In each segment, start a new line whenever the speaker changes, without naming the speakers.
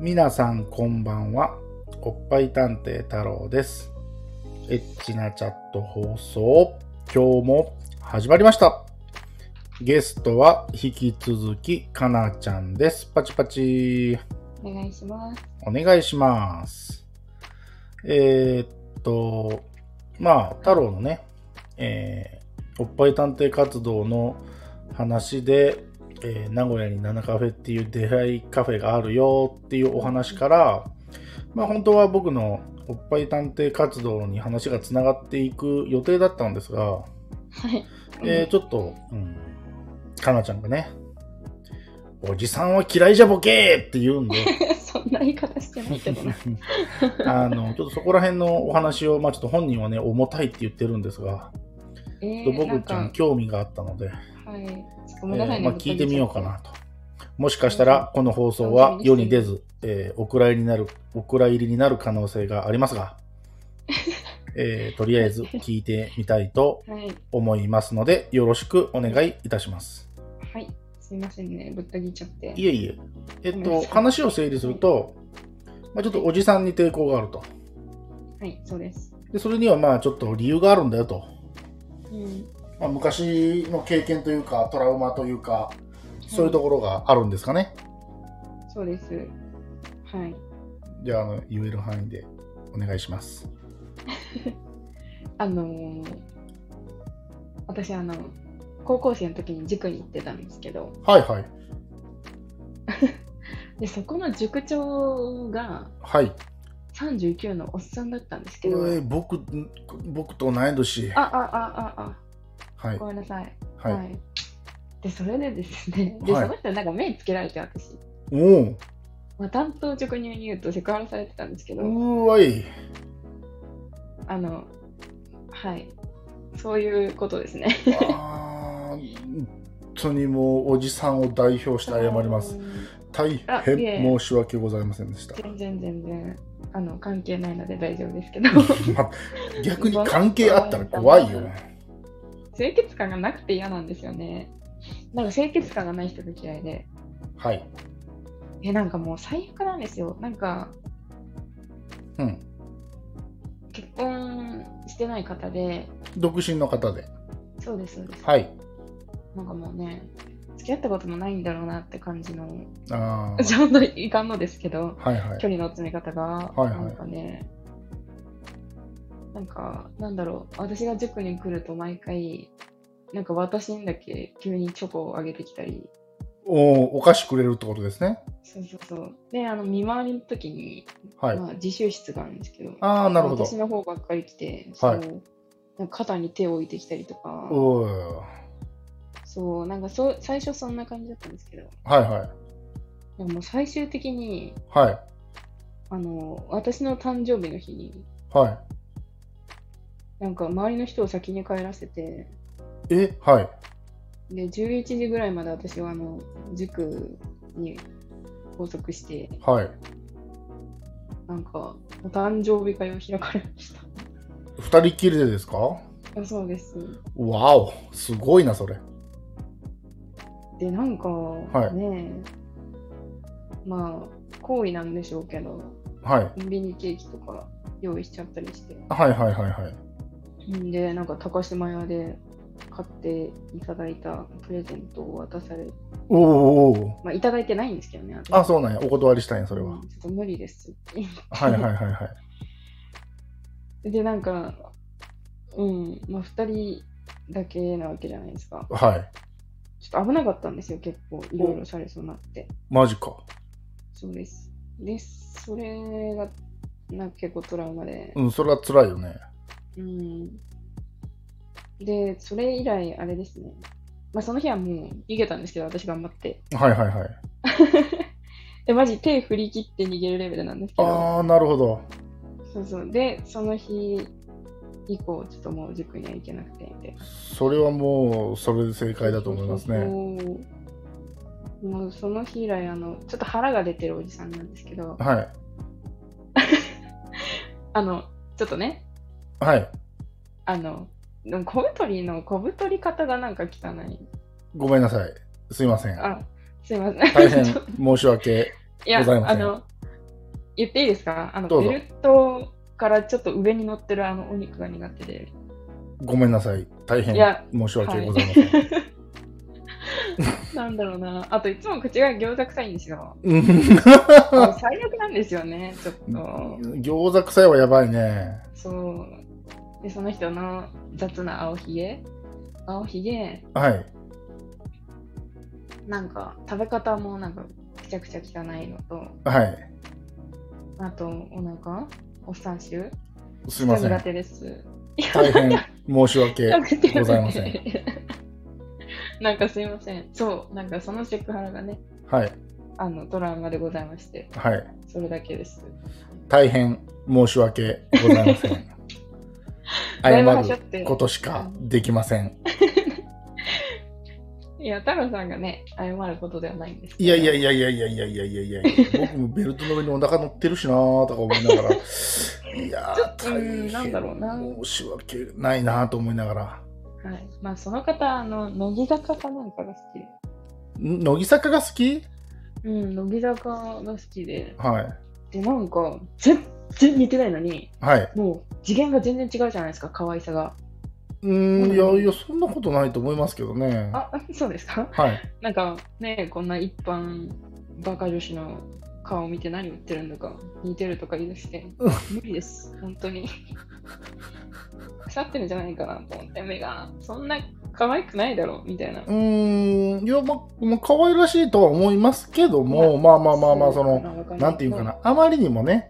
皆さんこんばんは。おっぱい探偵太郎です。エッチなチャット放送。今日も始まりました。ゲストは引き続きかなちゃんです。パチパチ。
お願いします。
お願いします。えーっと、まあ、太郎のね、えーおっぱい探偵活動の話で、えー名古屋に7カフェっていう出会いカフェがあるよっていうお話から、まあ、本当は僕のおっぱい探偵活動に話がつながっていく予定だったんですが、
はい。
えーちょっと、うん、かなちゃんがね、おじさんは嫌いじゃボケーって言うんで、
そんな言い方してないけど な。
あの、ちょっとそこら辺のお話を、まあちょっと本人はね、重たいって言ってるんですが、
え
ちょっと
ー、なん
僕ち
か、
ゃん興味があったので、
はい。ちょっと
え
ごめんなさい
ー
ね。
まあ
僕
聞いてみようかなと。もしかしたら、この放送は世に出ず、えーお蔵入りになる、お蔵入りになる可能性があります が、えーとりあえず聞いてみたいと
はい。
思いますので、よろしくお願いいたします。
はい。すいませんね。ぶった切っちゃって。
いえいえ、えっ
お願い
と、
します
話を整理すると、まあ、ちょっとおじさんに抵抗があると。
はい、そうです。
でそれにはまあちょっと理由があるんだよと。
うん。
まあ、昔の経験というかトラウマというかそういうところがあるんですかね、
そうです。はい。
じゃああの言える範囲でお願いします
あのー、私、あの、高校生の時に塾に行ってたんですけど、
はいはい
で、そこの塾長が
はい、
39のおっさんだったんです
え
けど、
ー僕ん僕と同い年
あ、あ、あ、あ、
は
あ、
い
ごめんなさい。
はい、
はい、でそれでです ねで、
はい
その人になんか目つけられて私、
お
まあ、担当直入に言うとセクハラされてたんですけ
おう
ど、
ーわい
あのはいそういうことですね
あー本当にもうおじさんを代表して謝りま
あ
す
の
大
あいえ
変申し訳ございませんで した
全然全然あの関係ないので大丈夫ですけど
ま逆に関係あったら怖いよね
清潔感がなくて嫌なんですよねなんか清潔感がない人が嫌いで
はい
えなんかもう最悪なんですよなんか
うん
結婚してない方で
独身の方で
そうですそうです
はい
なんかもうね付き合ったこともないんだろうなって感じの
あ
ち
ー
ょうどいかんのですけど、
はいはい
距離の詰め方が、
いはい
なんかね、なんか、なんだろう、私が塾に来ると毎回、なんか私にだけ急にチョコをあげてきたり、
おお菓子くれるってことですね。
そうそうそう。で、あの、見回りの時に、
はい。
まあ、自習室があるんですけど、
ああ、なるほど。
私の方ばっかり来て、
はい
そうなんか肩に手を置いてきたりとか、
おー
そう、なんかそう最初そんな感じだったんですけど、
はいはい。
でももう最終的に、
はい。
あの、私の誕生日の日に、
はい。
なんか周りの人を先に帰らせて、
えはい。
で、11時ぐらいまで私はあの塾に拘束して、
はい。
なんかお誕生日会を開かれました。
二人きりでですか
あそうです。
わお。すごいな、それ。
で、なんか、
い
ねえ、まあ、行為なんでしょうけど、
はい。
コンビニケーキとか用意しちゃったりして、
はいはいはいはい。
んで、なんか高島屋で買っていただいたプレゼントを渡され、
おーおーおー
まあ、いただいてないんですけどね、
あ、
う、
そうなんや。お断りしたいんや、それは
う。んちょっと無理ですって
はいはいはいはい。
でなんかうんまあ2人だけなわけじゃないですか
はい。
ちょっと危なかったんですよ結構いろいろされそうになって
マジか。
そうですでそれがなんか結構トラウマで
うん、それは辛いよね。
うんでそれ以来あれですねまあその日はもう逃げたんですけど私頑張って
はいはいはい。
でマジ手振り切って逃げるレベルなんですけど
あー、なるほど。
そうそうでその日以降ちょっともう塾には行けなくてみたいな
それはもう、それで正解だと思いますね。
そうもうその日以来あのちょっと腹が出てるおじさんなんですけど
はい。
あのちょっとね
はい。
あのでも小太りの小太り方がなんか汚い
ごめんなさい。すいません。
あすいません
大 変
ちょっと
申し訳
いや
ございません
あの言っていいですかあの
どうぞ
ベルトからちょっと上に乗ってるあのお肉が苦手で。
ごめんなさい。大変
いや
申し訳ございません。
なんだろうな。あといつも口が餃子臭いんですよ。
うん
もう最悪なんですよね、ちょっと。
餃子臭いはやばいね。
そう。で、その人の雑な青ひげ。青ひげ、
はい。
なんか食べ方もなんかくちゃくちゃ汚いのと、
はい。
あとお腹お三種
すいませ
苦
ん。
手です。
大変申し訳。ございません。
なんかすいません。そう、なんかそのセクハラがね、
はい。
あのドラマでございまして、
はい。
それだけです。
大変申し訳ございません。
だいぶ
謝
はしょっ
る
て。
ことしかできません。
いや、太郎さんがね、謝ることではないんですけ
い
ど
やいやいやいやいやいやいやいやいや僕もベルトの上にお腹乗ってるしなーとか思いな がら。いや
ちょっ
ー、
とうんなんだろうな
申し訳ないなーと思いながら。
はい。まあ、その方、あの、乃木坂かなんかが好きで。
ん乃木坂が好き
うん、乃木坂が好きで。
はい。
で、なんか、全然似てないのに、
はい。
もう、次元が全然違うじゃないですか、可愛さが。
うーん、いやいや、そんなことないと思いますけどね。
あ、 そうですか
はい。
なんか、ね、こんな一般バカ女子の顔を見て何言ってるんだか、似てるとか言い出して、無理です、本当に。腐ってるんじゃないかなと思って、目が。そんな可愛くないだろ、みたいな。
うーん、いや、ま、まあ、可愛らしいとは思いますけども、まあまあまあまあ、その、
の
なんていうか。な、あまりにもね、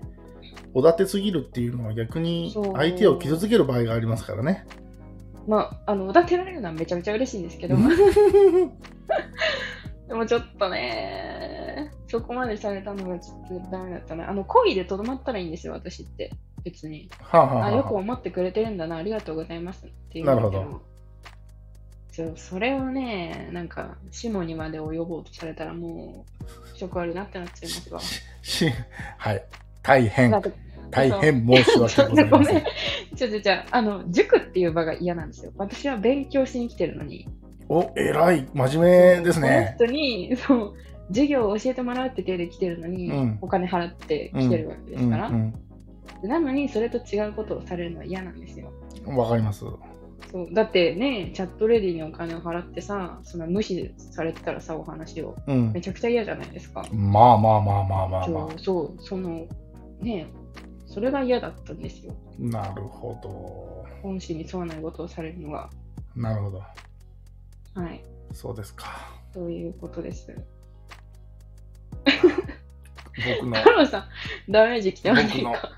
おだてすぎるっていうのは逆に
そう
相手を傷つける場合がありますからね。
まあ、あの、おだてられるのはめちゃめちゃ嬉しいんですけど、でもちょっとね、そこまでされたのがちょっとダメだったな。あの、恋でとどまったらいいんですよ、私って。別に。
はあ、はあ
あ、
はあ
よく思ってくれてるんだな、ありがとうございますっていう。
なるほど。
そう、それをね、なんか、下にまで及ぼうとされたらもう、職悪いなってなっちゃいますが。
しはい。大
な
変
ん、か
大変申し
ちょっ
訳
と
ござ
ご
いま
め
せん
ん。。ちょちょちょ、あの、塾っていう場が嫌なんですよ。私は勉強しに来てるのに。
お、偉い、真面目ですね。
この人に、そう、授業を教えてもらうって手で来てるのに、
うん
お金払って来てるわけで
う
す
ん
から。
う
なのに、それと違うことをされるのは嫌なんですよ。
ん。わかります。
そうだってね、チャットレディにお金を払ってさ、その無視されてたらさ、お話を。
うん
め。ちゃくちゃ嫌じゃないですか。
まあまあまあまあまあま
そ。
あ
う、そう、その、ね、それが嫌だったんですよ。
なるほど。
本心に沿わないことをされるのが。
なるほど。
はい。
そうですか。
ということです。
僕の
太郎さん、ダメージきてませ
僕
ん
の
か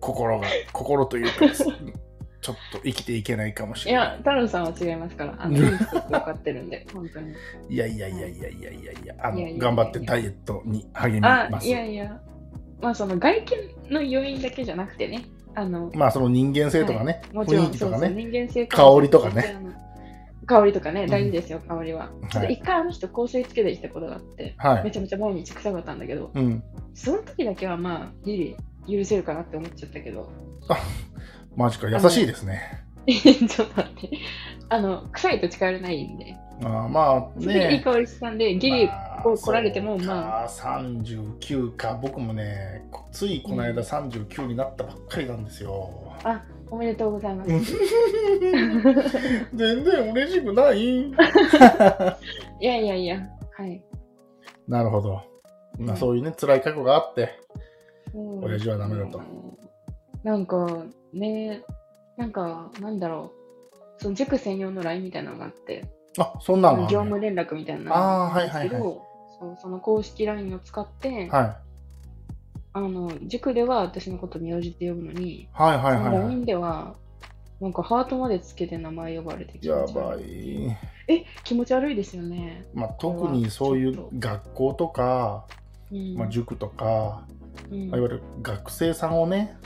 心 が、心というかです、ちょっと生きていけないかもし
い
れな
や
い、。
太郎さんは違いますから、あ の、いい人って分かってるんで、本当に。
いやいやいやいやいやいやいや、あ
いやいやいや
の、頑張ってダイエットに励み
あ
ま、す
い。やいや。まあ、その外見の要因だけじゃなくてね、あの、
まあ、その人間性とかね、
もちろ
雰囲
ん、
気
そ
と
う
か
そう
ね。
人間性
香りとかね。
香りとかね、
ん
大事ですよ、香りは。ちょっと一回あの人香水つけてきたことがあって、
は
め
い。
ちゃめちゃ毎日臭かったんだけど、
うん。
その時だけはまあ、ギリ許せるかなって思っちゃったけど、
マジか、優しいですね。
ちょっと待って、あの、臭いと近寄れないんで、
あーまあ
すごいいい
ね。
香りしたんで、ギリこう来られても、まあ、
あ。そうか39か、僕もね、こついこの間39になったばっかりなんですよ。
あ、おめでとうござい ます。
全然嬉しくな い。
いやいやいや、はい。
なるほど。ま
う
あ、
ん
そういうね、辛い過去があって。
うん
親父はダメだと。
なんかね、なんかなんだろう、その塾専用の LINE みたいなのがあって、
あ、そんなの
業
ある
務
ね
連絡みたいなの
あ
が
ー
あるんですけど、
はい
そうその公式 LINE を使って、
はい。
あの塾では私のこと名字で呼ぶのに、
はいはいはいはい。
LINE ではなんかハートまでつけて名前呼ばれて気
や
持ち
ば
悪い
い。
え、気持ち悪いですよね。
まあ、特にそういう学校とか、
うん
まあ、塾とか、
うん
まあいわゆる学生さんをね、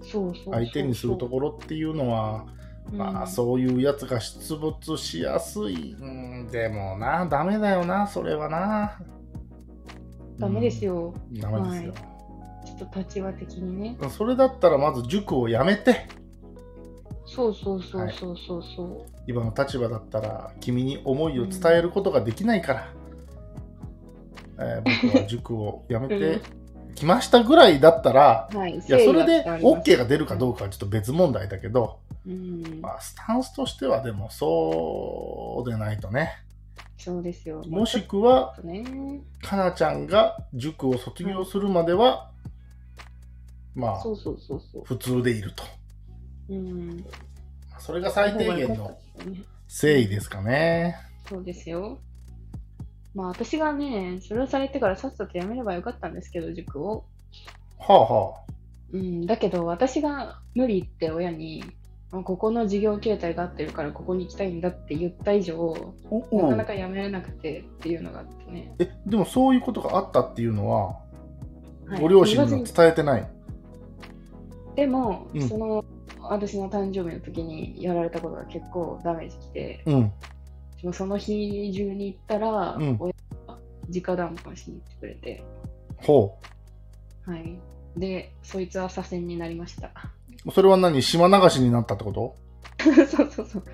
そうそうそう
相手にするところっていうのは、まあ、そういうやつが出没しやすい。うん、でもな、ダメだよな、それはな。
うんダメですよ、
うん。ダメですよ。
ちょっと立場的にね。
それだったら、まず塾をやめて、
そうそうそうそうそうそう。
今の立場だったら、君に思いを伝えることができないから、えー僕は塾をやめ
う
て
ん、
来ましたぐらいだったら、
はい。
いや、そ
誠
れ
意
で
は伝わります
OK が出るかどうかはちょっと別問題だけど、
うん。
まあ、スタンスとしてはでもそうでないとね。
そうですよ。
もしくは、
ね。
かなちゃんが塾を卒業するまでは、まあ
そ、うそうそうそ
普通でいると。
う。うん。
それが最低限の
ね。
誠意ですかね。
そうですよ。まあ私がね、それをされてからさっさと辞めればよかったんですけど、塾を。
はあは
うん、だけど私が無理って親に、あここの事業形態が合ってるからここに行きたいんだって言った以上、
あ。
な
お
かな
お
か辞めれなくてっていうのがあってね。
え、でもそういうことがあったっていうのは、
はい
ご両親に
言
は
わず
伝えてない。
にでも、
うん
その私の誕生日の時にやられたことが結構ダメージきて、
うん。
でもその日中に行ったら、
うん
親が直談判しに行ってくれて、
ほ
はい。で、そいつは左遷になりました。
う。それは何島流しになったってこと
そうそうそう。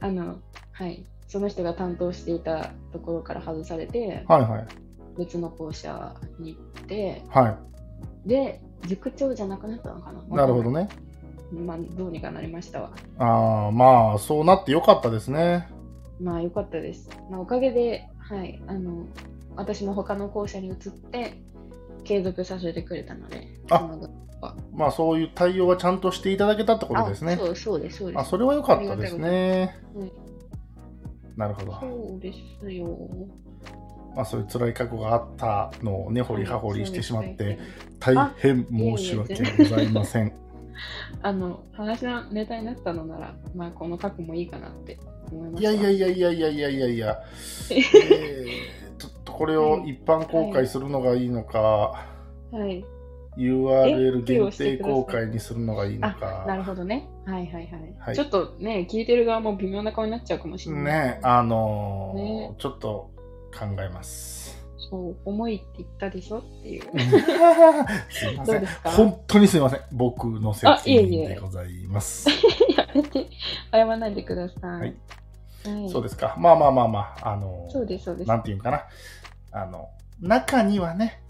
あの、はい。その人が担当していたところから外されて、
はいはい。
別の校舎に行って、
は
で、塾長じゃなくなったのかな。
い。なるほど
ね。
ね。
まあ、どうにかなりましたわ。
ああ、まあ、そうなってよかったですね。
まあ、よかったです。まあ、おかげで、はい。あの、私も他の校舎に移って、継続させてくれたので、
あ
その後
まあ、そういう対応はちゃんとしていただけたってことですね
あ。そうそうです、そうです。
あ、それは良かったですね。
はい
なるほど。
そうですよ。
まあ、そういう辛い過去があったのをね、掘り葉掘りしてしまっ
そうです
て、
ね。
大変申し訳ございません。
あの話のネタになったのなら、まあ、この過去もいいかなって思いま
い
した。
やいやいやいやいやいやいやいや、えーちょっとこれを一般公開するのがいいのか、
はい。
URL 限定公開にするのがいいの
あ、なる
か。
ほどね。はいはいはい。
はい
ちょっとね、聞いてる側も微妙な顔になっちゃうかもしれない。
ね、あのー
ね
ちょっと考え ます。
そう、重いって言ったでしょっていう。
すいま
ど
せ
うんですか。
本当にすいません。僕の説
あいえい
明
え
でございます。
やめて、 謝らないでください。
はい
はい
そうですか。まあまあまあまあ、あのー
そうです、そうです。
なんていうんかな。あの、中にはね、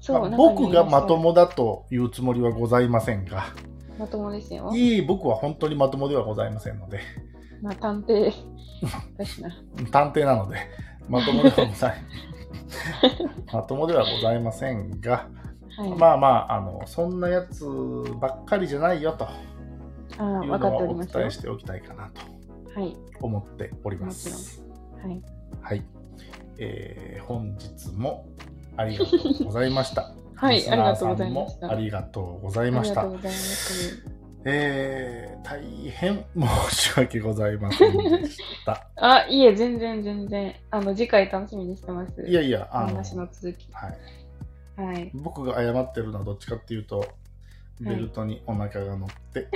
そう、
まあ
中に
僕がまと
い
もだというつもりはございませんが、
らっしゃる。まともですよ。
いい僕は本当にまともではございませんので、
まあ、探 偵。だしな。
探偵なので、 まともではござい、 まともではございませんが、
はい。
まあまあ、あの、そんなやつばっかりじゃないよと
あ
い
ー、
う
分か
の
ってお
は
り
お
ます
伝
よ
えし。ておきたいかなと
はい。
思っております。
はい。
はい。えー本日もありがとうございました。
は
リ
い、
ス
あり
ナ
が
ー
と
さ
うんございま
も
した。
ありがとうございまし
あ
た
り。がとうございます。
えー、大変申し訳ございませんで した。
あ、いえ、全然全然。あの、次回楽しみにしてます。
いやいや、
お
あの、
話の続き。
はい、
はい。
僕が謝ってるのはどっちかっていうと、ベルトにお腹が乗って、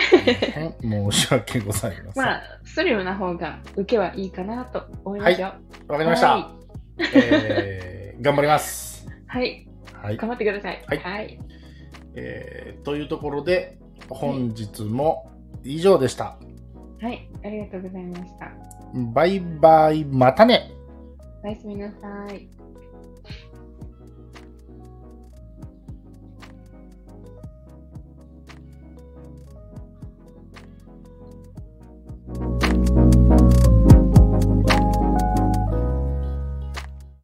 大変申し訳ございません。
ま
わ、
あ、スリムな方が受けはいいかなと思いますよ。
かりました、
は
えー頑張ります。
い。はい。
はい。
頑張ってください。
はい
はい。
えーというところで、本日も以上でした。
はいありがとうございました。
バイバイ、またね
おやすみなさい。